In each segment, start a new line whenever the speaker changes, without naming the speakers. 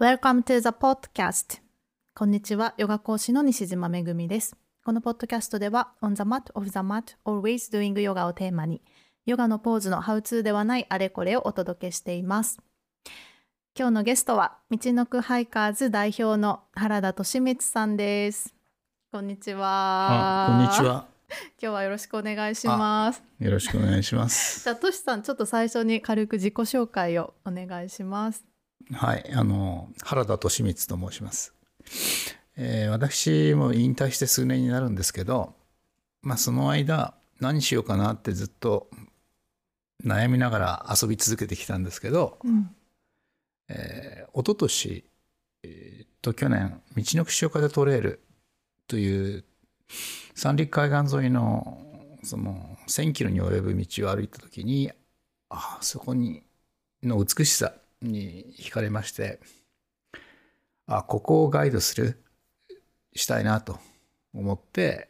Welcome to the podcast. こんにちは、ヨガ講師の西島めぐみです。このポッドキャストでは、on the mat, off the mat, always doing yoga をテーマに、ヨガのポーズのハウツーではないあれこれをお届けしています。今日のゲストは、道のくハイカーズ代表の原田利光さんです。こんにちは
あ。こんにち。は。
今日はよろしくお願いします。
よろしくお願いしま す。
じゃあ、としさん、ちょっと最初に軽く自己紹介をお願いします。
はい、あの原田利光と申します。えー私も引退して数年になるんですけど、まあその間何しようかなってずっと悩みながら遊び続けてきたんですけど、
うん。
えー、一昨年、えーっと去年道のく潮風トレイルという三陸海岸沿いのその1,000キロに及ぶ道を歩いた時にあそこにの美しさに惹かれましてあここをガイドするしたいなと思って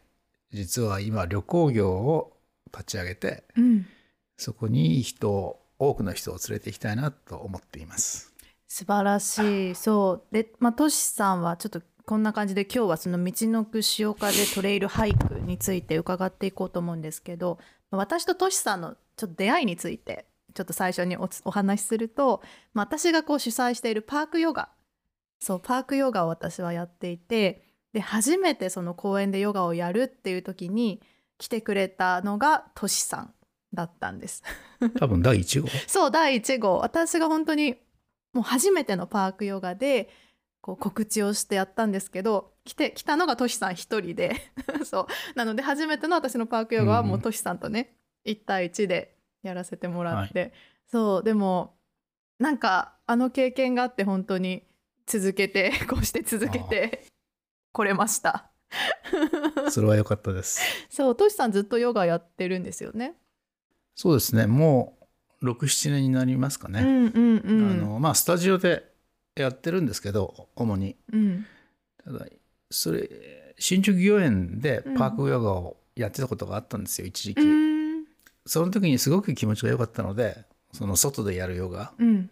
実は今旅行業を立ち上げて
うん。
そこに人を多くの人を連れて行きたいなと思っています。
素晴らしいそうでまあトシさんはちょっとこんな感じで今日はその道のく潮風トレイルハイクについて伺っていこうと思うんですけどまあ私とトシさんのちょっと出会いについてちょっと最初におつお話しすると、まあ、私がこう主催しているパークヨガそうパークヨガを私はやっていてで初めてその公園でヨガをやるっていう時に来てくれたのがトシさんだったんです。
多分第1号
そう第1号私が本当にもう初めてのパークヨガでこう告知をしてやったんですけど来て来たのがトシさん一人で そうなので初めての私のパークヨガはもううんトシさんとね、1対1でやらせてもらって、そうでもなんかあの経験があって本当に続けて こうして続けてこれました
それは良かったです。
そうトシさんずっとヨガやってるんですよね
そうですね。もう6、7年になりますか
う
ね。
んうんうん
あのまあスタジオでやってるんですけど、主に。
うん
ただそれ新宿御苑でパークヨガをやってたことがあったんですよ、一時期
う。ん
その時にすごく気持ちが良かったので、その外でやるヨガ
うん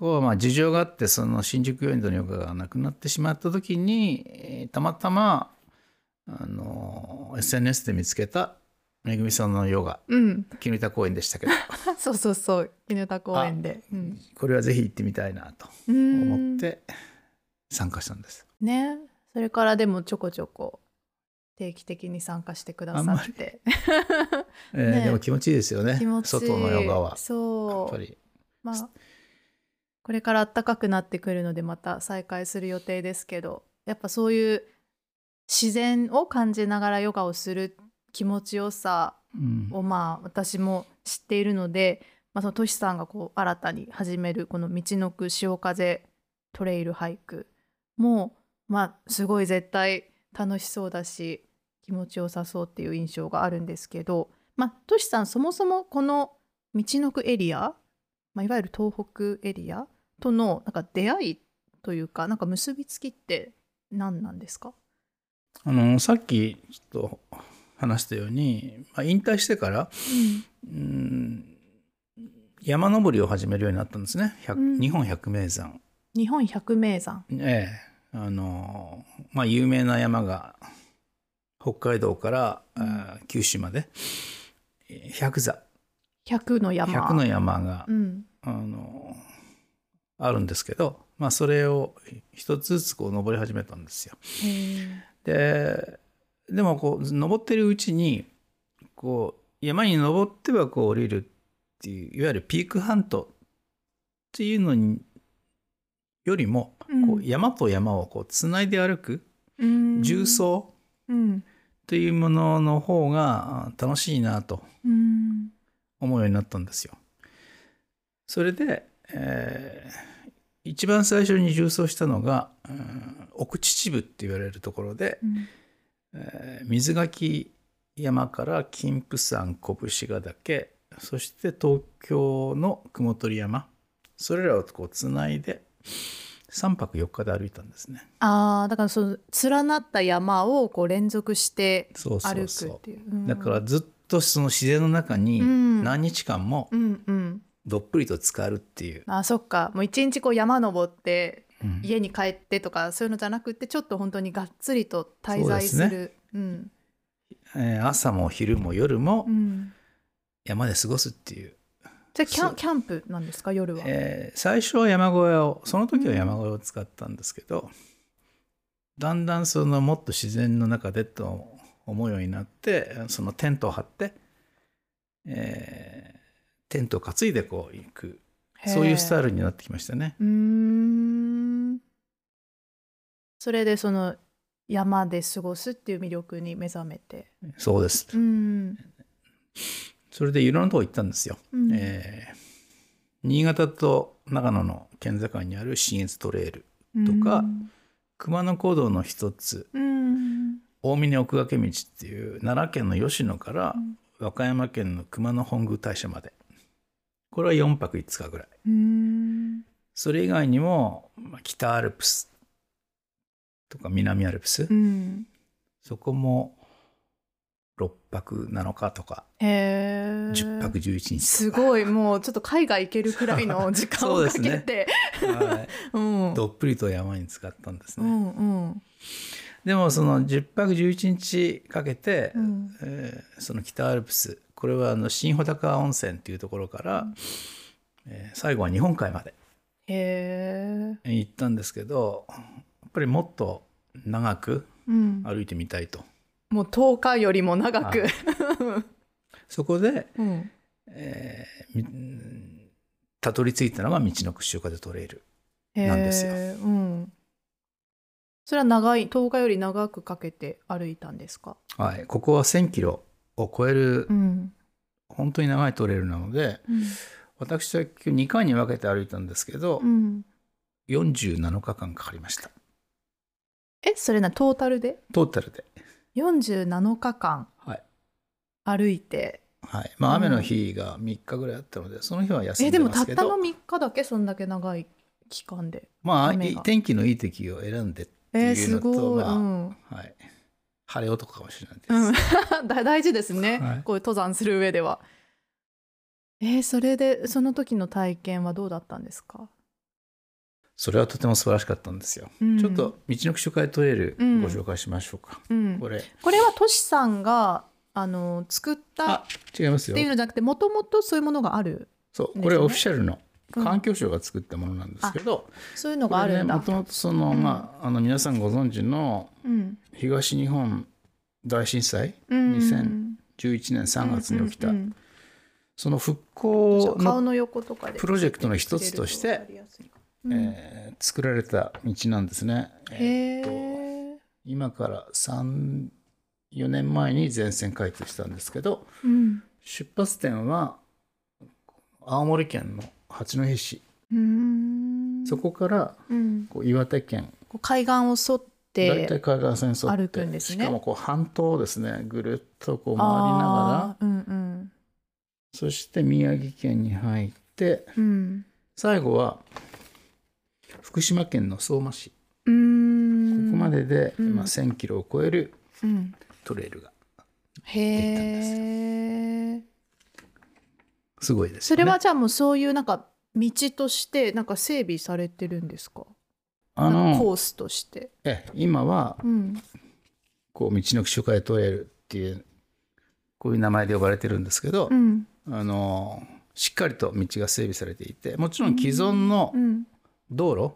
をまあ事情があってその新宿御苑でのヨガがなくなってしまった時に、えーたまたまあの SNS で見つけためぐみさんのヨガ
うん
絹田公園でしたけど。
そうそうそう絹田公園で、うん、
これはぜひ行ってみたいなと思って参加したんです。
うんねそれからでもちょこちょこ定期的に参加してくださって
えー
ねえ
でも気持ちいいですよね
気持ちいい
外のヨガは。や
そ
っぱ
う
り
まあこれから暖かくなってくるのでまた再開する予定ですけどやっぱそういう自然を感じながらヨガをする気持ちよさ
うん
をまあ私も知っているので、まあ、そのトシさんがこう新たに始めるこの「道のく潮風トレイル俳句」もまあすごい絶対楽しそうだし気持ちよさそうっていう印象があるんですけど、まあ、トシさんそもそもこの道のくエリア、まあ、いわゆる東北エリアとのなんか出会いというかなんか結びつきって何なんですか
あのさっきちょっと話したように、まあ、引退してからうん山登りを始めるようになったんですね、百
うん
日本百名山。
日本百名山。
ええあのまあ、有名な山が北海道から、あー九州までえー百座
百の山。
百の山が
うん
あのあるんですけど、まあ、それを一つずつこう登り始めたんですよ。
へー
ででもこう登ってるうちにこう山に登ってはこう降りるっていういわゆるピークハントっていうのによりもこう山と山をこうつないで歩く
うん
重走
うん
というものの方があ楽しいなと
うん
思うようになったんですよ。それで、えー一番最初に重走したのが、うん奥秩父って言われるところで、
うん
えー水垣山から金峰山拳ヶ岳そして東京の雲取山それらをこうつないで3泊4日で歩いたんですね。
あーだからその連なった山をこう連続して
そうそ
歩
うそ
くっ
う
ていううん
だからずっとその自然の中に
うん
何日間も
うんうん
どっぷりと浸かるっていう
あそっかもう一日こう山登って
うん
家に帰ってとかそういうのじゃなくてちょっと本当にがっつりと滞在す
そうで
るうん
えー朝も昼も夜も
うん
山で過ごすっていう、
じゃあキャ
そ
ン
う
キャンプなんですか夜は、
えー最初は山小屋をその時は山小屋を使ったんですけど、だんだんそのもっと自然の中でと思うようになってそのテントを張って、えーテントを担いでこう行くそういうスタイ
ル
ルになってきましたね。
うーんそれでその山で過ごすっていう魅力に目覚めて
そうです
うん、
それでいろんなとこ行ったんですよ。
うん
えー新潟と長野の県境にある信越トレイルとか熊野古道の一つ
うん
大峰奥掛道っていう奈良県の吉野から
うん
和歌山県の熊野本宮大社までこれは4泊5日ぐらい
うん
それ以外にもまあ北アルプスとか南アルプス、
うん
そこも6泊7日とか
へえ
10泊11日
す
とか、
ごいもうちょっと海外行けるくらいの時間
そう
を
で
か
す
け
ね
て
はい
うん
どっぷりと山に使ったんです
う
ね、
んうん
でもその10泊11日かけて、
うん
えーその北アルプスこれはあの新穂高温泉っていうところから、えー最後は日本海まで
へえ
行ったんですけどやっぱりもっと長く
うん
歩いてみたいと
もう10日よりも長く
は、そこで、
うん、
えーみうんたどり着いたのが道の串岡でトレイル
へー
なんですよ
うん、それは長い10日より長くかけて歩いたんですか、
はいここは1,000キロを超える
うん
本当に長いトレイルなので
うん
私は2回に分けて歩いたんですけど、
うん、
47日間かかりました
えそれなトータルで
トータルで
47日間
はい、
歩いて
はい、まあ
うん
雨の日が3日ぐらいあったのでその日は休ん
え
で
でも
ま
た
す
っ
け
た
ど
の3日だけそんだけ長い期間で
まあ
雨が
天気のいい時を選んでって
えー、
いう
す
のと、
ごい、
まあ
うん
はい、晴れ男かもしれないで
う
す、
ん、 だ大事ですね、
はい
こういう登山する上では。えーそれでその時の体験はどうだったんですか、
それはとても素晴らしかったんですよ、
うん
ちょっと道の口紹介トレイル
うん
ご紹介しましょうか、
うん、
これ
これはトシさんがあの作ったっ
あ違いますよ
ていうのじゃなくてもともとそういうものがある
そう
ね
これはオフィシャルの
うん
環境省が作ったものなんですけど、
そういうの
こ
があ
れ
る
ね
んだ。
もともとその、まああの皆さんご存知の
うん
東日本大震災
うん
2011年3月に起きた、
うんうん
その復
うん
興
顔
の、
の横とかで
プロジェクトの一つとして
入れる分かりやすいかうん
えー作られた道なんですね。
へ
えーっ
え、
と今から34年前に全線開通したんですけど
うん
出発点は青森県の八戸市
うーん
そこから
うん、
こう岩手県
こう海岸を沿っ
大
て
体海岸線沿って
歩くんですね
しかもこう半島をですねぐるっとこう回りながら
あーうん
そして宮城県に入って
うん
最後は福島県の相馬市
うん
こ
うーん
こまでで、
うん
まあ、1,000キロを超える
うん
トレイルが
へえ
すごいです
そ
よね。
れはじゃあもうそういうなんか道としてなんか整備されてるんですか
あ
なんか
の
コースとして
え今は
うん
こう道の口を変えトレイルっていうこういう名前で呼ばれてるんですけど、
うん
あのしっかりと道が整備されていてもちろん既存の
うん
道路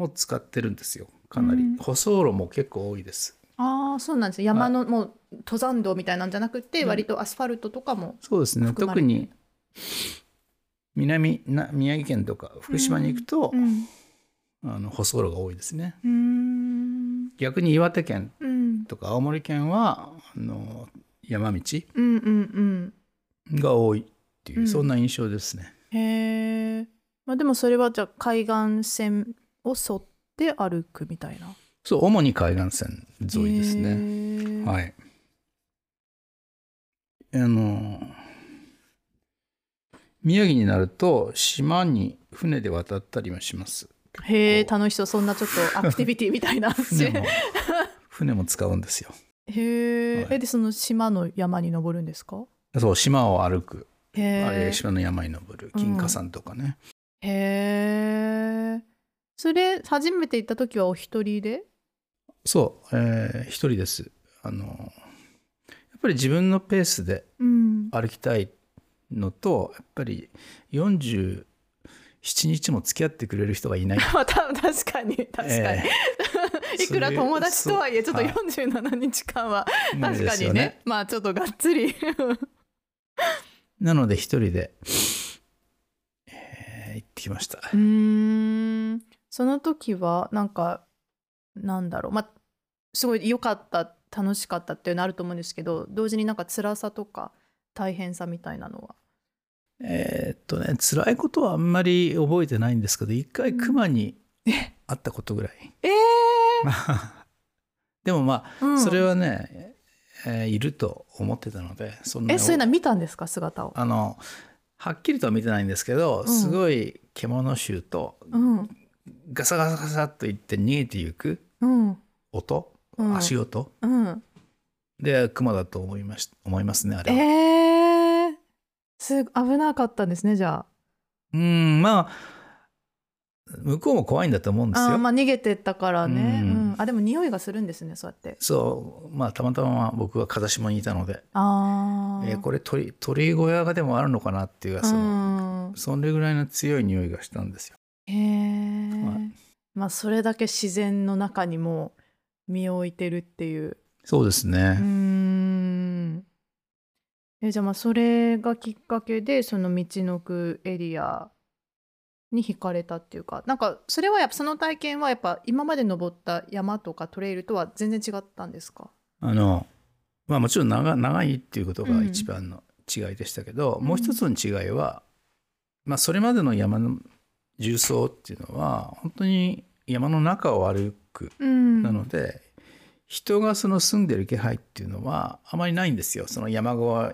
も使ってるんですよかなり、
うん
舗装路も結構多いです
ああそうなんです山のもう登山道みたいなんじゃなくて
うん
割とアスファルトとかも
そうですね
含ま
特
れて
に南な宮城県とか福島に行くと、
うん
あの舗装路が多いですね
うん
逆に岩手県
うん
とか青森県はあの山道
うんうん
が多いっていう、
うん
そんな印象ですね
うんへえまあでもそれはじゃあ海岸線を沿って歩くみたいな
そう主に海岸線沿いですね、
ねい
はい。あの、宮城になると島に船で渡ったりもします。
へえ楽しそうそんなちょっとアクティビティみたいな
船も、船も使うんですよ。
へえ、
はい
えでその島の山に登るんですか
そう、島を歩く、
へ
あるいは
え
島の山に登る、金華山とかね。
へえそれ初めて行った時はお一人で
そう、えー一人です。あの、やっぱり自分のペースで
うん
歩きたいのと、やっぱり47日も付き合ってくれる人がいない。
まあた確か に確かに、
えー
いくら友達とはいえちょっと
そうはい
47日間は
ー無理
確
で
か
す
に
よ
ねまあちょっとがっつり
なので一人で、えー行ってきました。
うーんその時はなんかなんだろうまあすごい良かった楽しかったっていうのあると思うんですけど同時になんか辛さとか大変さみたいなのは
えーっとね、辛いことはあんまり覚えてないんですけど、一回クマに会ったことぐらい。
え
でもま
え
あ、それ
は
はね、えーいると思ってたので、そんな
えそういうのは見たんですか姿を
あの、はっきりとは見てないんですけど、
ん
すごい獣臭と
うん
ガサガサガサっといって逃げていく
うん
音、
うん
足音
うん
でクマだと思いまし思いますねあれ
え
は。
えす危なかったんですねじゃあ
うんまあ向こうも怖いんだと思うんです
あー
よ。
まあ逃げてったからね、う
うんん
あでも匂いがするんですねそうやって
そうまあたまたま僕が風下にいたので、
ああ
えーこれ鳥鳥小屋がでもあるのかなっていうかその、
うん
それぐらいの強い匂いがしたんですよ。
へえ、
はい
まあそれだけ自然の中にもう身を置いてるっていう
そうです
うー
ね。
んえじゃあまあそれがきっかけでその道のくエリアに惹かれたっていうかなんかそれはやっぱその体験はやっぱ今まで登った山とかトレイルとは全然違ったんですか
あのまあもちろん長長いっていうことが一番の違いでしたけど、
うん
もう一つの違いは、まあ、それまでの山の重曹っていうのは本当に山の中を歩く
うん
なので、人がその住んでる気配っていうのはあまりないんですよその山小屋を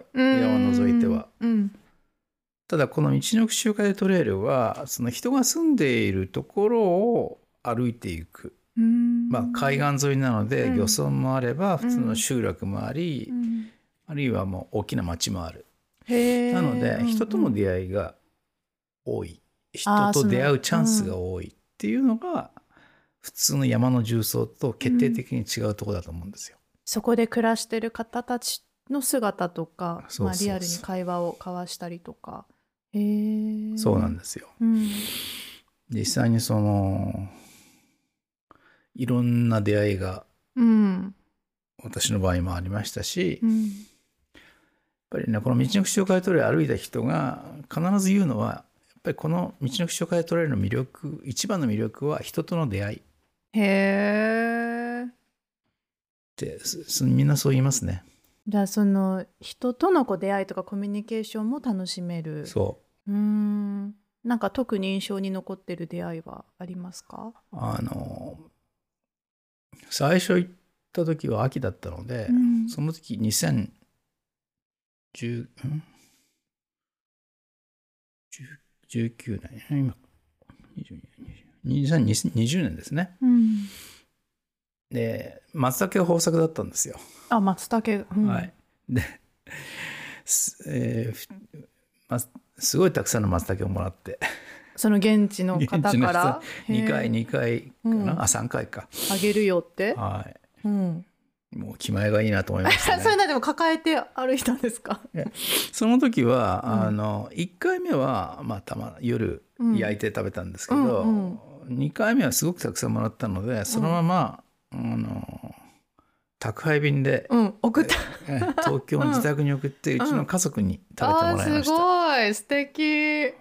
除いては。
うん
ただこの道の周回トレイルはその人が住んでいるところを歩いていく、
うん
まあ、海岸沿いなので
うん
漁村もあれば普通の集落もあり、
うん
あるいはもう大きな町もある。
へー
なので人との出会いが多い人と出会うチャンスが多いっていうのが普通の山の重曹と決定的に違うところだと思うんですよ。
そこで暮らしてる方たちの姿とか
そうそうそう
まあ、リアルに会話を交わしたりとかへえ
そうなん
だ、
ですよ。
うん
実際にそのいろんな出会いが
うん
私の場合もありましたし、
う
やっ
ん
ぱりねこの道の口を変えトレイル歩いた人が必ず言うのはやっぱりこの道の口を変えトレイルの魅力一番の魅力は人との出会いっ
へえ
てすすみんなそう言いますね。
じゃあその人とのこう出会いとかコミュニケーションも楽しめる
そう
うーんなんか特に印象に残ってる出会いはありますか
あの最初行った時は秋だったので、
うん
その時2010ん10 19年今22 20 2020年ですね
うん
で松茸が豊作だったんですよ、
あ松茸、うん、
はいです,、えーふますすごいたくさんの松茸をもらって
その現地の方
現地の
か
人
ら
2回
に
2回かな、
うん
あ3回か
あげるよって、
は
うん、、
いもう気前がいいなと思いました、ね
そういうのでも抱えて歩いたんですか
その時は、
うん
あの1回目は、まあ、たま夜
うん
焼いて食べたんですけど、
うんうん
2回目はすごくたくさんもらったのでそのまま、あの宅配便で、
うん、送った。
え東京の自宅に送って、
う
うんちの家族に食べて
あ
もら
ー
いますした。は
ごい素敵へ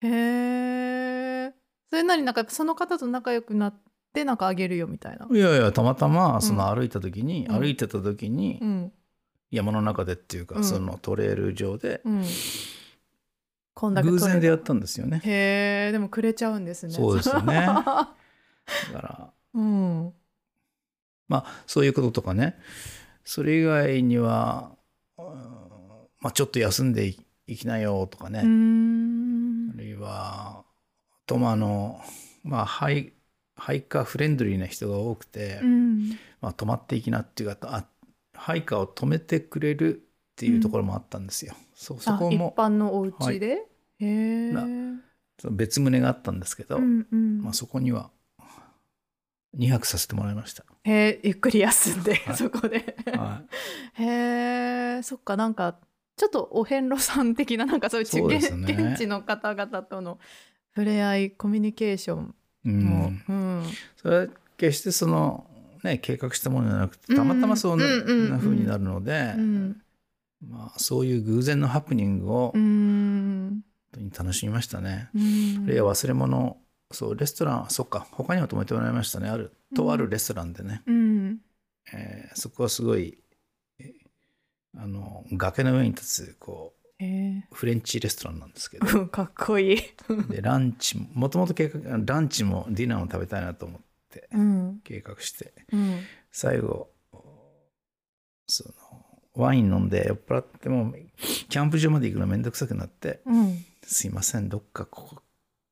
い、
え。それなりなんかその方と仲良くなってなんかあげるよみたいな。
いやいやたまたま
ん
その歩いた時に、
うん
歩いてた時に、
うん
山の中でっていうか、
うん
そのトレール上で
うん。こんだけ
偶
取れ
然出会ったんですよね。
へえでもくれちゃうんですね。
そうですよ ねだから
うん。
まあそういうこととかねそれ以外には、うんまあ、ちょっと休んでいいきなよとかね、
うーん
あるいはあとまああのまあハイハイカーフレンドリーな人が多くて、
うん
まあ、泊まっていきなっていうかあハイカーを止めてくれるっていうところもあったんですよ。そそ
あ
こ
一
も
般のお家で、へえ。
なその別棟があったんですけど、
うんうん
まあ、そこには2泊させてもらいました。
へえゆっくり休んで、
はい
そこで
は
へえそっかなんかちょっとお遍路さん的ななんかそういう
そうで
現
すね
現地の方々との触れ合いコミュニケーション
い、う
も、
ん、
うん
それは決してその、ね、計画したものじゃなくてたまたまそんな,、
うんうんうんうん
風になるので、
うん
まあ、そういう偶然のハプニングを
う
本
ん
当に楽しみましたね。
うん
あるいは忘れ物そうレストランそっか他にも泊めてもらいましたねあるとあるレストランでね、
うん
えーそこはすごい、えーあの崖の上に立つこ
へえ
うフレンチレストランなんです けど
うんかっこいい。
でランチももともと計画ランチもディナーも食べたいなと思って
うん
計画して
うん
最後そのワイン飲んで酔っ払ってもうキャンプ場まで行くのめんどくさくなって
うん、
「すいませんどっかこ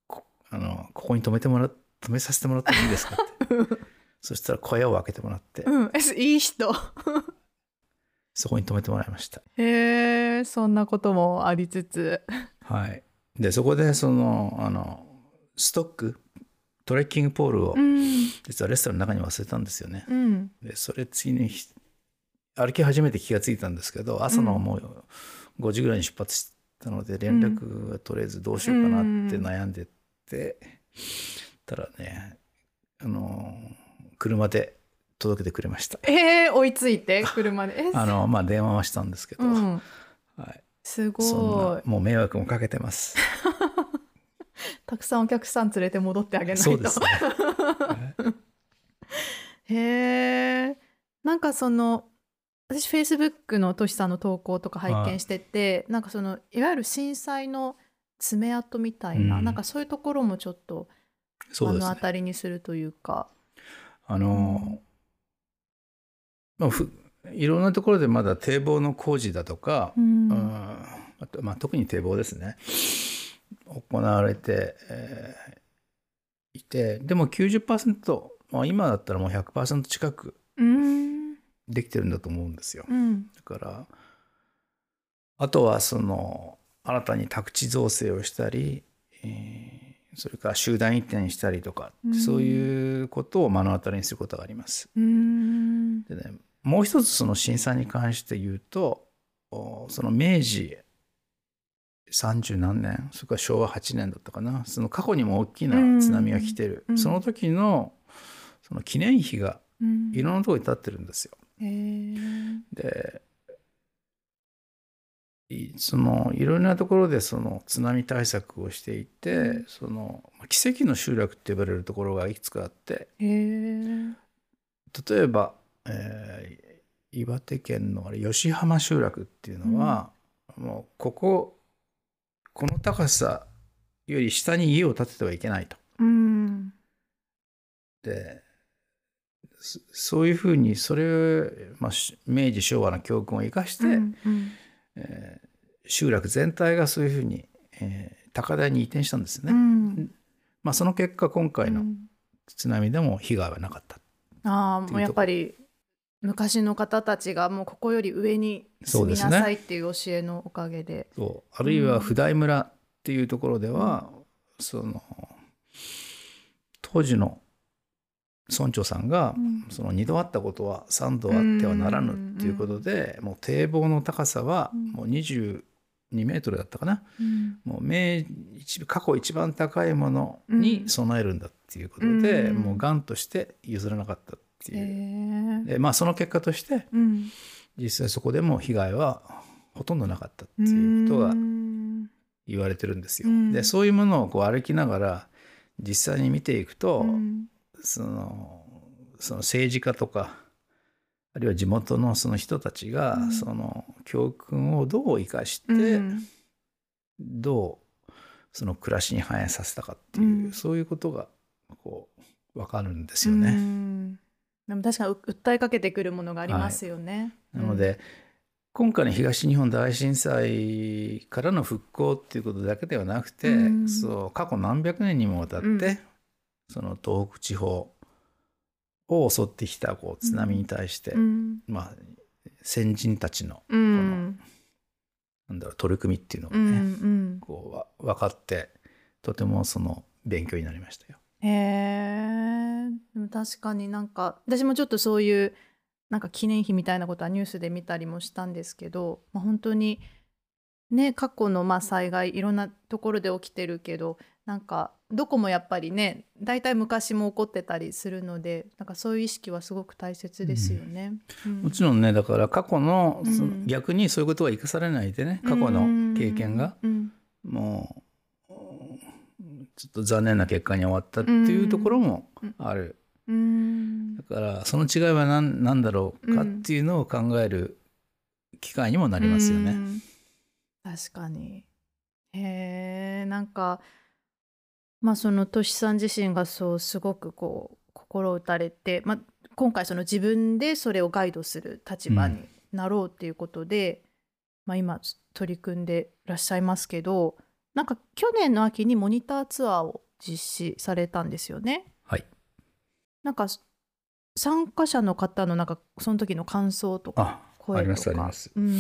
ここあのここに泊めてもら泊めさせてもらってもいいですか?」って そしたら小屋を開けてもらって
うん、えいい人
そこに泊めてもらいました。
へえそんなこともありつつ
はい、でそこでそのあのストックトレッキングポールを
うん
実はレストランの中に忘れたんですよね。
うん
でそれ次にひ歩き始めて気がついたんですけど朝のもう5時ぐらいに出発したので連絡が取れずどうしようかなって悩んでて、たらねあの車で届けてくれました。
えー、追いついて車でえ
あのまあ電話はしたんですけど、
うん
はい、
す
そん
ご
ないもう迷惑もかけてます。
たくさんお客さん連れて戻ってあげないと
そうです ね。
へえなんかその私フェイスブックのとしさんの投稿とか拝見してて、なんかそのいわゆる震災の爪痕みたいな、
うん
なんかそういうところもちょっと
そう
目
です
の
ね
当。たりにするというか
あの、まあ、ふいろんなところでまだ堤防の工事だとか、
うん
うんあとまあ、特に堤防ですね行われて、えーいてでも90%、まあ、今だったらもう100%近く
うん
できてるんだと思うんですよ
うん
だからあとはその新たに宅地造成をしたり、えーそれから集団移転したりとか、
うん
そういうことを目の当たりにすることがあります。
うん
でねもう一つその震災に関して言うとおその明治30何年それから昭和8年だったかなその過去にも大きな津波が来てる、
うんうん
その時のその記念碑が
うん
いろんなところに立ってるんですよ。
へー
でいそのいろんなところでその津波対策をしていて、
うん
そのまあ奇跡の集落って呼ばれるところがいくつかあって
へー
例えば、えー岩手県のあれ吉浜集落っていうのは、もうこここの高さより下に家を建ててはいけないと。
うん
でそそういうふうにそれを、まあ、し明治昭和の教訓を生かして、
うんうん
えー集落全体がそういうふうに、えー高台に移転したんですね。
うん
まあ、その結果今回
う
の
ん
津波でも被害はなかった。
ああ
ていうとこ
もうやっぱり昔の方たちがもうここより上に
そ
住
うで
み
すね
なさいっていう教えのおかげで。
そうあるいは普代村っていうところでは、その当時の村長さんが、
うん
その2度あったことは3度あってはならぬっていうことで、もう堤防の高さは
うん
もう22メートルだったかな、
うん
もう明一過去一番高いものに備えるんだっていうことで、
うん
もう頑として譲らなかったって
へ
いう、
ー
でまあその結果として
うん
実際そこでも被害はほとんどなかったって
う
いうことが
ん
言われてるんですよ。
うん
でそういうものをこう歩きながら実際に見ていくと、
うん
そのその政治家とかあるいは地元のその人たちが、
うん
その教訓をどう生かして、
うん
どうその暮らしに反映させたかっていう、
うん
そういうことがこう分かるんですよね。
うんでも確かに訴えかけてくるものがありますよね。
なので、今回の東日本大震災からの復興っていうことだけではなくて、
うん
そう過去何百年にもわたって、
うん
その東北地方を襲ってきたこう津波に対して、
うん、
まあ、先人たちの
うんうん
なんだろう取り組みっていうの
う
がね、
ん
こうわ分かってとてもその勉強になりましたよ。
へえでも確かになんか私もちょっとそういうなんか記念碑みたいなことはニュースで見たりもしたんですけど、まあ、本当にね過去のまあ災害いろんなところで起きてるけどなんかどこもやっぱりね大体昔も起こってたりするのでなんかそういう意識はすごく大切ですよね。
もちろんねだから過去の、
うん
その逆にそういうことは生かされないでね過
うん
去の経験が、
うん
もううんちょっと残念な結果に終わったっていうところも
うん
ある、
うん
だからその違いは何なんだろうかっていうのを考える機会にもなりますよ
う
ね。
ん確かに。へえなんかまあそのとしさん自身がそうすごくこう心打たれて、まあ、今回その自分でそれをガイドする立場になろうっていうことで、まあ、今取り組んでらっしゃいますけどなんか去年の秋にモニターツアーを実施されたんですよね。
はい、
なんか参加者の方のなんかその時の感想とか
あ
声とか。
ありますあります。
うん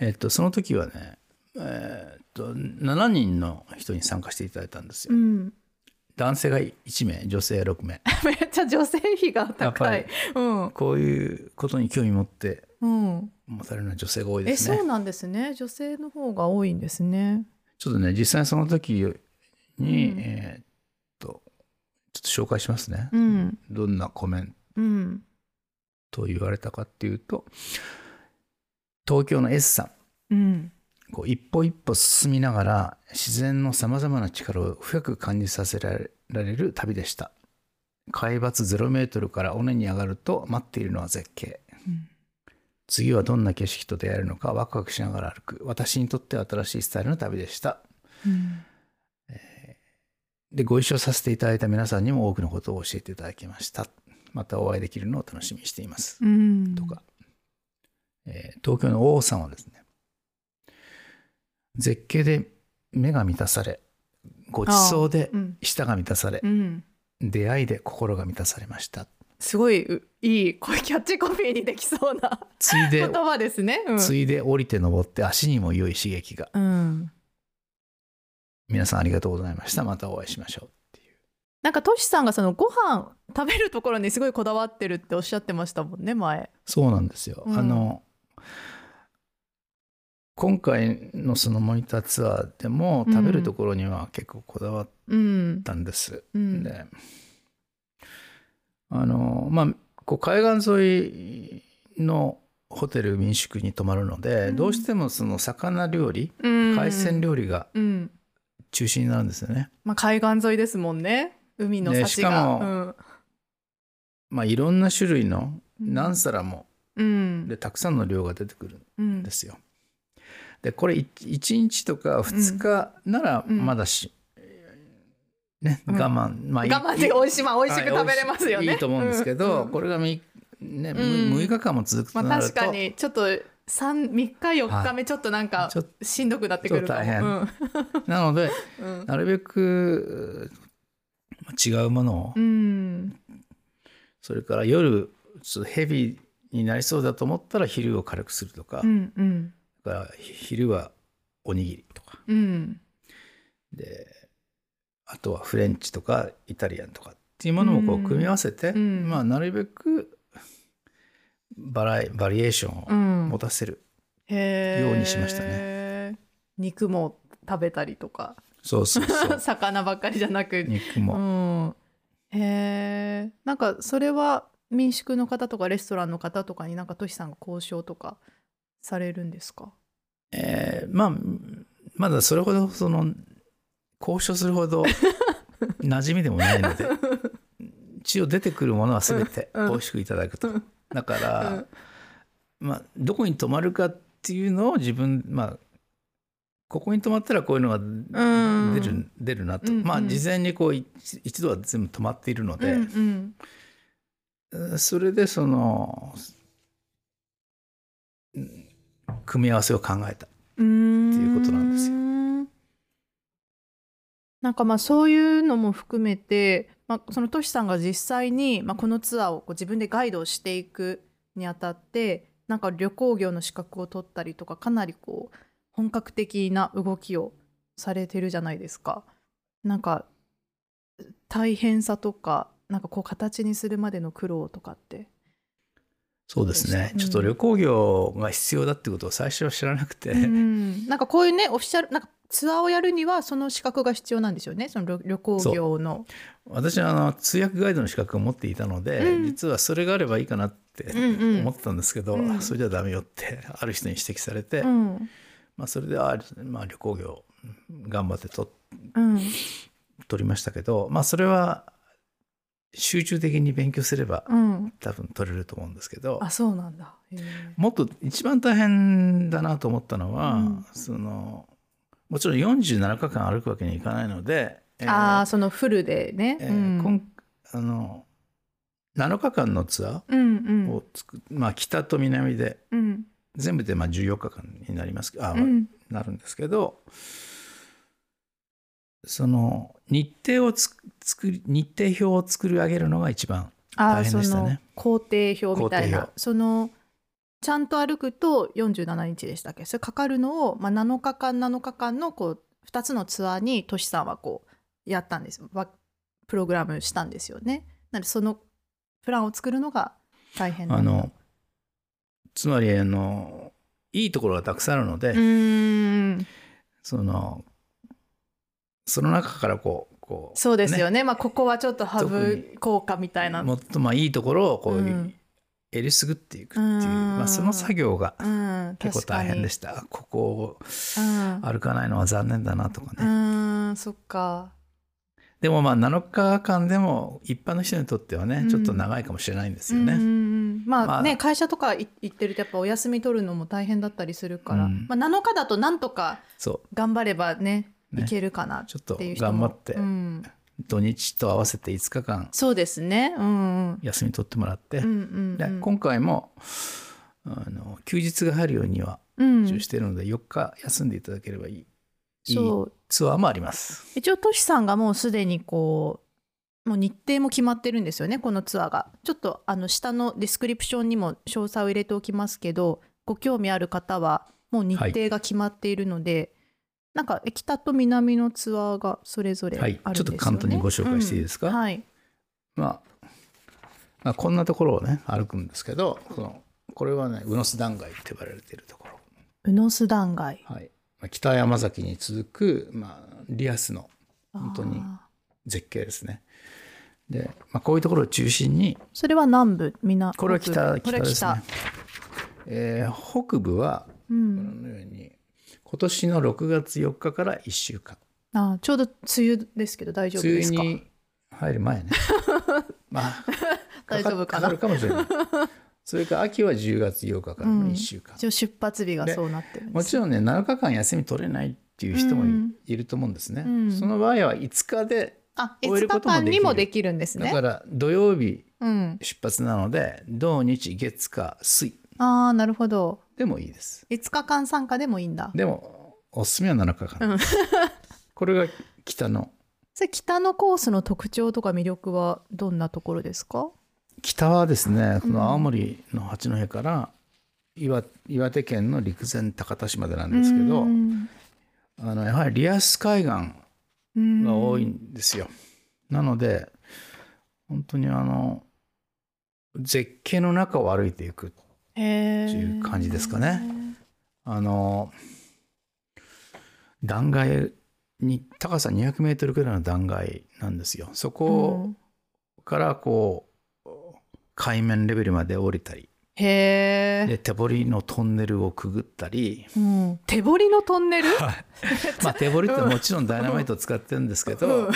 えっとその時はね、えっと7人の人に参加していただいたんですよ。
うん
男性が1名女性6名。
めっちゃ女性比が
やっ
高
ぱ
い
り。
うん。
こういうことに興味持って
うん。
持たれるのは女性が多い
え、
です
そ
ね
う。なんですね。女性の方が多いんですね。
ちょっとね実際その時に、
うん
えーっとちょっと紹介しますね、
うん。
どんなコメン
うん。
トを言われたかっていうと東京の S さん
うん。
こう一歩一歩進みながら自然のさまざまな力を深く感じさせられられる旅でした海抜0メートルから尾根に上がると待っているのは絶景次はどんな景色と出会えるのかワクワクしながら歩く私にとっては新しいスタイルの旅でした
うん。
でご一緒させていただいた皆さんにも多くのことを教えていただきましたまたお会いできるのを楽しみにしています、
うん。
とか、えー東京の王さんはですね絶景で目が満たされごちそうで
うん。
舌が満たされ
うん。
出会いで心が満たされました
すごいういい声キャッチコピーにできそうな
ついで
言葉ですね。うん。
ついで降りて登って足にも良い刺激が
うん。
皆さんありがとうございましたまたお会いしましょう
なんかトシさんがそのご飯食べるところにすごいこだわってるっておっしゃってましたもんね前。
そうなんですよ。
うん
あの今回のそのモニターツアーでも
うん
食べるところには結構こだわっ
うん。
たんです。
うん。
であのまあこう海岸沿いのホテル民宿に泊まるので、
うん
どうしてもその魚料理
うん
海鮮料理が
うん。
中心になるんですよね。
まあ海岸沿いですもんね。海の
ね
幸が。
しかもまあいろんな種類の
うん
何皿も
うん。うん。
でたくさんの量が出てくる
うん
で。すよ。でこれ 1, 日とか2日なら
うん
まだし、ね
うん
我慢、まあい い
我慢で美味しい、まあ、美味しく
はい
食べれますよね。
いいと思うんですけど、
うん
これがみ、ねむ
うん
6日間も続く
ま
と
あ、
なる
確
と、
かにちょっと三三日四日目ちょっとなんか
ちょっ
しんどくなってくるかも。
ちょっとなので
うん
なるべくまあ違うものを、
うん。
それから夜ちょっとヘビーになりそうだと思ったら昼を軽くするとか,、
うんうん
だから昼はおにぎりとか
うん。
であとはフレンチとかイタリアンとかっていうものをこ
うん
う組み合わせて、
うん
まあ、なるべくバラエバリエーション
う
を
ん。
持たせる、
へー
ようにしました
肉も食べたりとか、
そうそ うそう
魚ばっかりじゃなく。
肉
うん。
も、
へえ。なんかそれは民宿の方とかレストランの方とかになんかとしさんが交渉とかされるんですか。
えーまあまだそれほどその交渉するほど 馴染みでもないので一応出てくるものは全て
うんうん
美味しくいただくと、
うん
だか
う
ら
ん、
まあ、どこに泊まるかっていうのを自分まあここに泊まったらこういうのが出る,、
うん
出るなと、
うんうん
まあ事前にこう一一度は全部泊まっているの
うんう
で、
ん。
それでそのうん組み合わせを考えた。
っていう
ことなんですよ
よ。なんかまあそういうのも含めて、まあ、そのトシさんが実際に、まあ、このツアーをこう自分でガイドをしていくにあたってなんか旅行業の資格を取ったりとかかなりこう本格的な動きをされてるじゃないですか。なんか大変さとかなんかこう形にするまでの苦労とかって
そうですね、
うん
ちょっと旅行業が必要だってことを最初は知らなくて、
うん、なんかこういうねオフィシャルなんかツアーをやるにはその資格が必要なんですよねその旅旅行業の
私はあの通訳ガイドの資格を持っていたので、
うん
実はそれがあればいいかなって
うんうん
思ってたんですけど、
うん
それじゃダメよってある人に指摘されて、
うん
まあ、それであ、まあ、旅行業頑張ってと
うん
取りましたけど、まあ、それは集中的に勉強すれば
うん
多分取れると思うんですけど
あそうなんだへえ
もっと一番大変だなと思ったのは、
うん
そのもちろん47日間歩くわけにいかないので、えー
ああそのフルでね、
えー
うん
こんあの7日間のツアー、
うん
を作っまあ、北と南で
うんうん
全部でまあ14日間になりますけどあ、
うん
なるんですけどその日程をつ作り日程表を作り上げるのが一番
あ
大
ー
変
そ
でした
の
ね
工程表みたい
工程
な
表
そのちゃんと歩くと47日でしたっけそれかかるのを、まあ、7日間7日間のこう2つのツアーにトシさんはこうやったんですわプログラムしたんですよねなのでそのプランを作るのが大変だ
あのつまりあのいいところがたくさんあるので、
うーん
そのその中からこうこう
そうですよねまあここはちょっとハ
特
ブ効果みたいな
もっとまあいいところをこう、
うん
えりすぐっていくっていう、
うん
まあ、その作業が
うん
結構大変で
し
したここを
た、うん
歩かないのは残念だなとかね、
うーんそっか
でもまあ7日間でも一般の人にとってはね、
うん
ちょっと長いかもしれないんですよ
うんうん
ね。
うんまあ、
まあ
ね会社とかい行ってるとやっぱお休み取るのも大変だったりするから、
うん
まあ、7日だとなんとか
そ
頑張ればね
う、ね
いけるかなっ
ちょっと
ていう人
頑
も
張って
うん、
土日と合わせて5日間
そうですねうんうん
休み取ってもらって、
うんうん
で
うん
今回もあの休日が入るようには
うん
準してるので4日休んでいただければいい,、
そう
ツアーもあります。
一応トシさんがもうすでにこうもう日程も決まってるんですよねこのツアーがちょっとあの下のディスクリプションにも詳細を入れておきますけどご興味ある方はもう日程が決まっているので、なんか北と南のツアーがそれぞれあ
は
るん
い
ですよね、
ちょっと簡単にご紹介していいですか
うんはい
まあまあこんなところをね歩くんですけどこのこれはね宇野須断崖って呼ばれているところ、
宇野須断崖
はいまあ北山崎に続く、まあ、リアスの本当に
あー
絶景ですね。で、まあ、こういうところを中心に
それは南部みな
これは北
北こ
北
れ
で
は
す
北
ね、えー北部は
う
こ
ん、
のように今年の6月4日から1週間
あーちょうど梅雨ですけど大丈夫
梅
で
雨
すか
に入る前 ねまあ
大丈夫か
か
な
るかもしれないそれから秋は10月8日からの1週間、
一応出発日がそうなってるんで
も
す
ちろんね7日間休み取れないっていう人もい,、
うん
ると思うんですね、
うん
その場合は5日で
あ、
終え
5
る
日
ことも
間
できる
にもできるんです
だ
ね。
から土曜日
うん。
出発なので土日月火水
ああ、なるほど。
でもいいです
5日間参加でもいいんだ。
でもおすすめは7日間、
うん
これが北の
それ北のコースの特徴とか魅力はどんなところですか？
北はですねこ
うん
の青森の八戸から岩岩手県の陸前高田市までなん
う
ですけ
ー
ど
ん
あのやはりリアス海岸
うーん
が多いんですよ、なので本当にあの絶景の中を歩いていく
へえ。
っていう感じですかね。あの断崖に高さ2 0 0ルくらいの断崖なんですよそこを、
うん
からこう海面レベルまで降りたり
へえ。
で手掘りのトンネルをくぐっ たり、
うん。手掘りのトンネル？
まあ、手掘りってもちろんダイナマイトを使ってるんですけど、
うん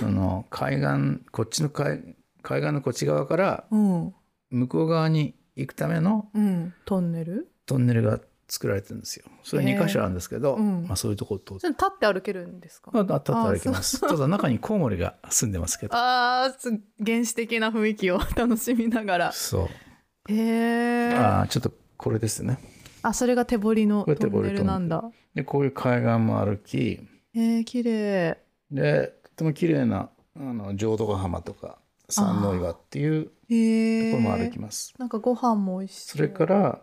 その海岸こっちの海海岸のこっち側から
うん。
向こう側に行くための
うん。トンネル？
トンネルが作られてるんですよ。それ
へ
2
ー
箇所あるんですけど、
うん
まあ、そういうとこを通って
それ立って歩けるんですか？
まあ立って歩きます。ただ中にコウモリが住んでますけど
ああ、す原始的な雰囲気を 楽しみながら。
そう
へえ。あ
あーちょっとこれですね。
それが手掘りの
これ手
ト
掘
ン
り
ネルなんだ。
でこういう海岸も歩き
へえ、綺麗。
でとても綺麗なあの浄土ヶ浜とか三ノ岩っていうと
へえ。
ころも歩きます、
なんかご飯も美味しそう。
それから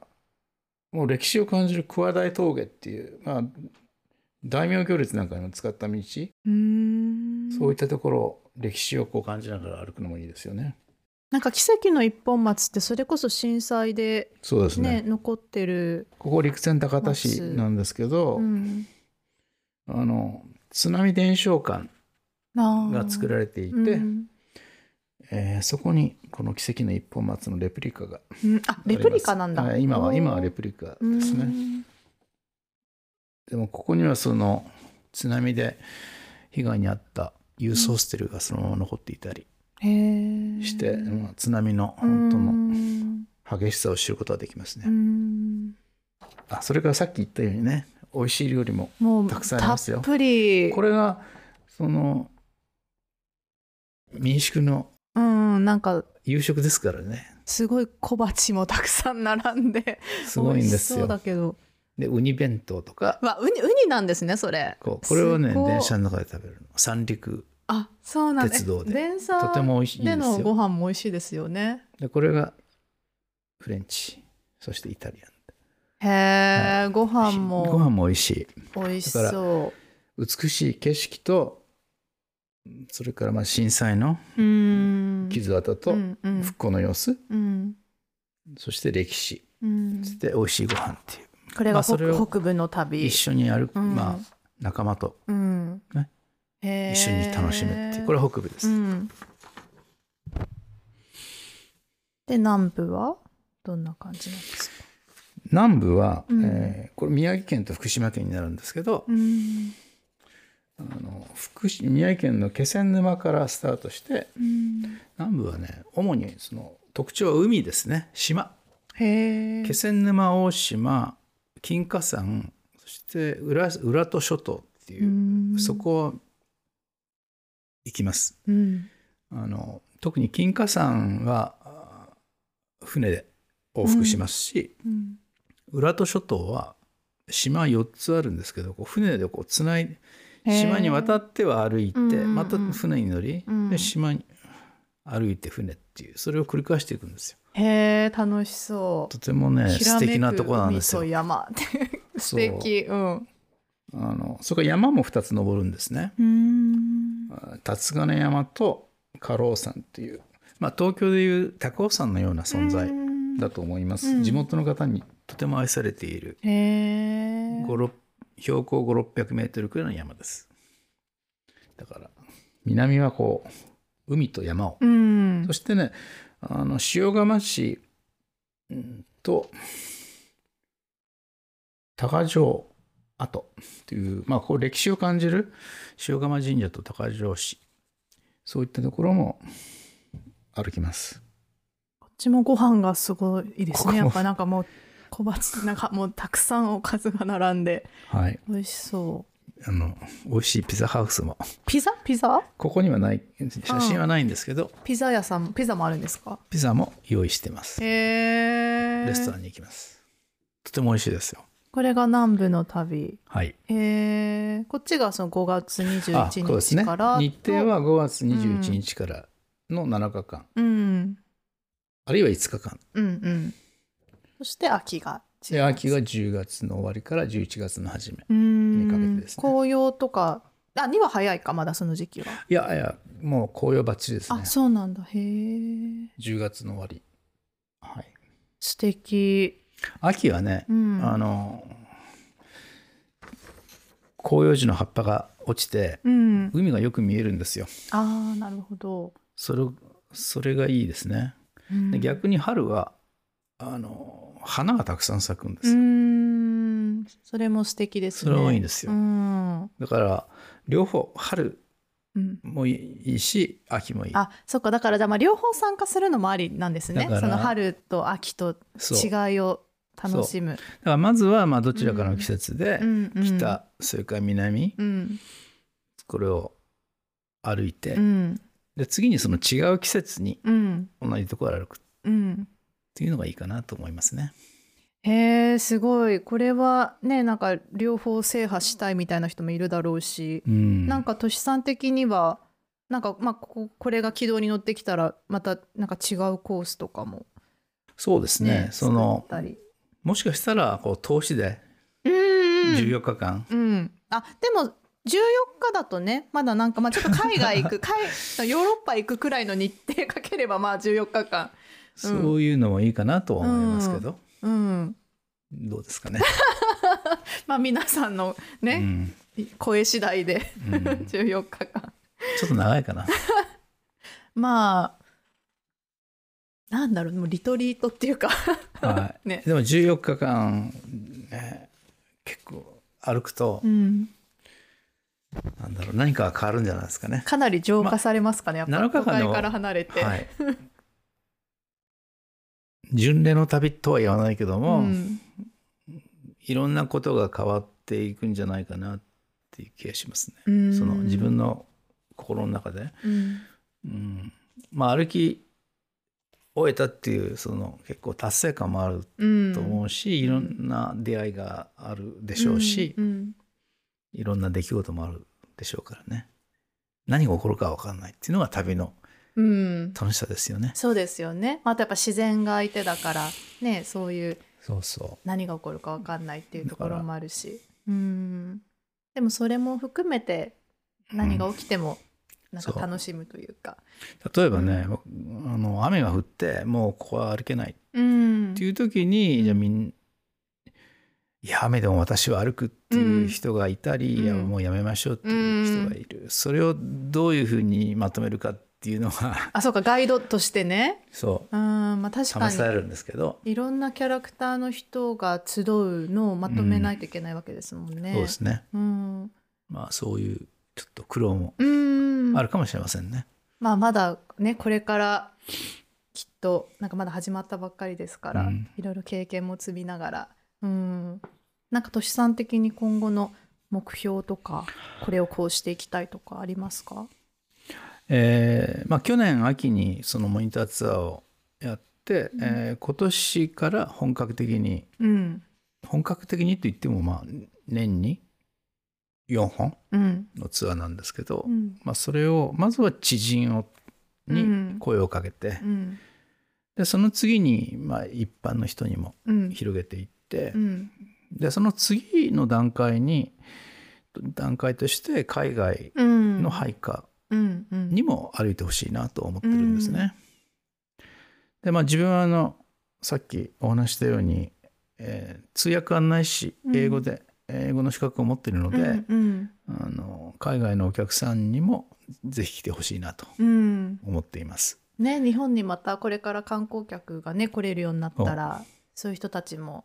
もう歴史を感じる桑台峠っていう、まあ、大名行列なんかの使った道、
うーん
そういったところ歴史をこう感じながら歩くのもいいですよね。
なんか奇跡の一本松ってそれこそ震災で
そうです
ね
ね
残ってる、
ここ陸前高田市なんですけど、
うん、
あの津波伝承館
が
が作られていて、
うん
えーそこにこの奇跡の一本松のレプリカが
うんあレプリカなんだ、
はい今は今はレプリカですね、
ね
でもここにはその津波で被害に遭ったユースホステルがそのまま残っていたり
へえ
して、まあ、津波の
うん
本当の激しさを知ることができますね、
うん
あそれからさっき言ったようにね美味しい料理も
もう
たくさんありますよ
たっぷり
これがその民宿の
うんなんか
夕食ですからね
すごい小鉢もたくさん並んです
ごいんです
美味しそう
よ
だけど
でウニ弁当とか
わウニウニなんですねそれ
こうこれをね
すごい
電車の中で食べるの三陸
あそうなんだ
鉄道で
え電車
とても美味しい
で
んです
のご
よ
飯も美味しいですよね
でこれがフレンチそしてイタリ
へ
は
えご
アン
飯
ご飯
も
も美味しい
美味しそ
美しい景色とそれからまあ震災の
ううん
傷跡と
うんうん
復興の様子、
うん
そして歴史
うん
そして美味しいご飯っていう、
これ
ま
が
あそ
北,、
れを
北部の旅
一緒に歩く、
うん
まあ、仲間と
うん
ね
へー
一緒に楽しむっていう、これは北部です、
うん、で南部はどんな感じなんですか、
南部は、
うん
えーこれ宮城県と福島県になるんですけど、
うん
あの福島宮城県の気仙沼からスタートして
うん、
南部はね主にその特徴は海ですね島
へえ
気仙沼大島金華山そして浦浦戸諸島っていう、そ、こを行きます
うん
あの特に金華山はあ船で往復しますし、
うん
浦戸諸島は島4つあるんですけどこう船でこうつない
へー
島に渡っては歩い
う
て、
んうんうん
また船に乗り、
うん
で島に歩いて船っていうそれを繰り返していくんですよ。
へえ楽しそう
とてもね
ひら
素
めく
敵なとこなんですよ
海と。山 って素敵うん
あのそれから山も2つ登るんですね。
うん
あ辰ヶ根山と家老山っていう、まあ、東京でいう高尾山のような存在
うん
だと思います、
うん
地元の方にとても愛されている
へえ
5 6標高5 6 0 0メートルくらいの山ですだから南はこう海と山を、
うん
そしてねあの塩釜市うんと高城跡というまあこう歴史を感じる塩釜神社と高城市そういったところも歩きます
こっちもご飯がすごいです
ここも
ねやっぱなんかもう小鉢なんかもうたくさんおかずが並んで
はい
美味しそう
あの美味しいピザハウスも
ピザピザ
ここにはない写真はないんですけど、
ピザ屋さんピザもあるんですか
ピザも用意してます
へえ
レストランに行きますとても美味しいですよ
これが南部の旅
はい
へえこっちがその5月
あそうで
21
すね
日から
日程は5月21日からの7日間、
うん
あるいは5日間
うんうんそして秋が
で秋が10月の終わりから11月の初め
うん
にかけてですね
紅葉とかあには早いかまだその時期は、
いやいやもう紅葉バッチリですね
あそうなんだへえ
10月の終わりはい
素敵
秋はね、
うん
あの紅葉樹の葉っぱが落ちて
うん
海がよく見えるんですよ
ああなるほど、
それそれがいいですね
うん
で逆に春はあの花がたくさん咲くんです
う
よ、
んそれも素敵ですね
それもいいんですよ
うんう
だから両方春
ん
もいいし秋もいい
あそっかだからじゃあまあ両方参加するのもありなんですね
だから
その春と秋と
そうだか
違いを楽しむ
らまずはまあどちらかの季節で
うんうん
北それから南
うん
これを歩いて
うん
で次にその違う季節に
うん
同じところを歩くっ
うん
ていうのがいいかなと思いますね
へえすごいこれはねなんか両方制覇したいみたいな人もいるだろうし、
うん
なんか都市さん的にはなんかまあこここれが軌道に乗ってきたらまたなんか違うコースとかも
そうですね
ね
その
作ったり
もしかしたらこう投資で
うんうん
14日間
うんあでも14日だとねまだなんかまあちょっと海外 行く海ヨーロッパ行くくらいの日程かければまあ14日間
そういうのもいいかなとは思いますけど、
うん
どうですか ね。
まあ皆さんの
う
ね、
ん
声次第で
うん ちょ
14日間
っと長い かな。
まあなんだろうもうリトリートっていうか
は
ね
い、でも14日間、ね、結構歩くと、
うん
なんだろう何かが変わるんじゃないですかね。
かなり浄化されますかね、やっぱ
7日
都
間の
会から離れて、
はい、巡礼の旅とは言わないけど
う
も、
ん、
いろんなことが変わっていくんじゃないかなっていう気がしますね。
うん
その自分の心の中で、
うん
うんまあ、歩き終えたっていうその結構達成感もある
うん
と思うし、いろんな出会いがあるでしょうし、
うんうん
いろんな出来事もあるでしょうからね何が起こるか分かんないっていうのが旅の
うん
楽しさですよね。
そうですよね。まああとやっぱ自然が相手だからねそういう
そうそ
何が起こるか分かんないっていうところもあるしうんでもそれも含めて何が起きてもなんか
そう
楽しむというか
う例えばね、あの雨が降ってもうここは歩けない
うん
っていう時に、
うん
じゃあみんいや雨でも私は歩くっていう人がいたり、
うん
いやもうやめましょうっていう人がいる、それをどういうふうにまとめるかっていうの が
あそうかガイドとしてね
そ
うんまあ確
う試
か
さ
に
れるんですけど、
いろんなキャラクターの人が集うのをまとめないといけないわけですもんね。
そうですね
うん
まあそういうちょっと苦労も
うん
あるかもしれませんね。
まあまだねこれからきっとなんかまだ始まったばっかりですから、
うん
いろいろ経験も積みながらうんなんかとしさん的に今後の目標とかこれをこうしていきたいとかありますか
えーまあ、去年秋にそのモニターツアーをやって、
うん
えー今年から本格的に
うん
本格的にと言ってもまあ年に4本
うん
のツアーなんですけど、
うん
まあ、それをまずは知人を
う
に
ん
声をかけて、
うん
でその次にまあ一般の人にも
うん
広げていって、
うん
でその次の段階に段階として海外
うん
の配下
うんうん
にも歩いてほしいなと思ってるんですね。でまあ自分はあのさっきお話ししたように、えー通訳案内士
うん
英語で、英語の資格を持っているので、
うんうん
あの海外のお客さんにもぜひ来てほしいなと
うん
思っています。
ね日本にまたこれから観光客がね来れるようになったらそういう人たちも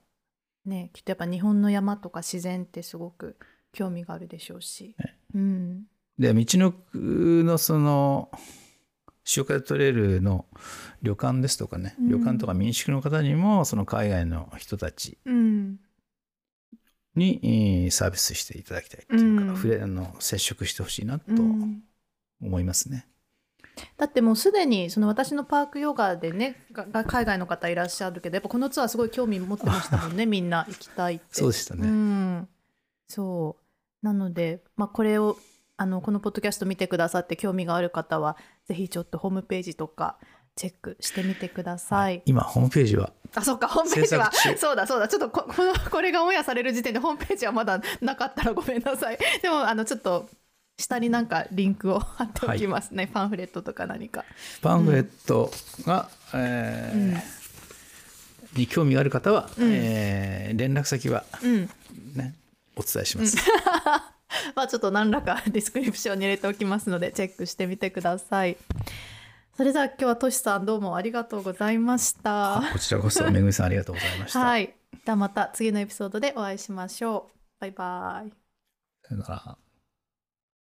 ねきっとやっぱ日本の山とか自然ってすごく興味があるでしょうし、うん
で道のくのその塩風トレイルの旅館ですとかね、
うん
旅館とか民宿の方にもその海外の人たち
うん
にえーサービスしていただきたいっていうか、
うん
触れあの接触してほしいなと
うん
思いますね。
だってもうすでにその私のパークヨガでねがが海外の方いらっしゃるけどやっぱこのツアーすごい興味持ってましたもんねみんな行きたいって。
そうでした
う
ね。
ん、そうなので、まあ、これをあのこのポッドキャスト見てくださって興味がある方はぜひちょっとホームページとかチェックしてみてください。
今ホームページは
あそっかホームページは
制作中
そうだそうだちょっとここ のこれがオンエアされる時点でホームページはまだなかったらごめんなさい。 でもあのちょっと下になんかリンクを貼っておきますね、パンフレットとか何か。
パンフレットが、えーに興味がある方は、えー連絡先は、
うん
ねお伝えします。
まあちょっと何らかディスクリプションに入れておきますのでチェックしてみてください。それでは今日はとしさんどうもありがとうございました。
こちらこ そめぐみさんありがとうございました。
はい。ではまた次のエピソードでお会いしましょう。バイバイ。
さよなら。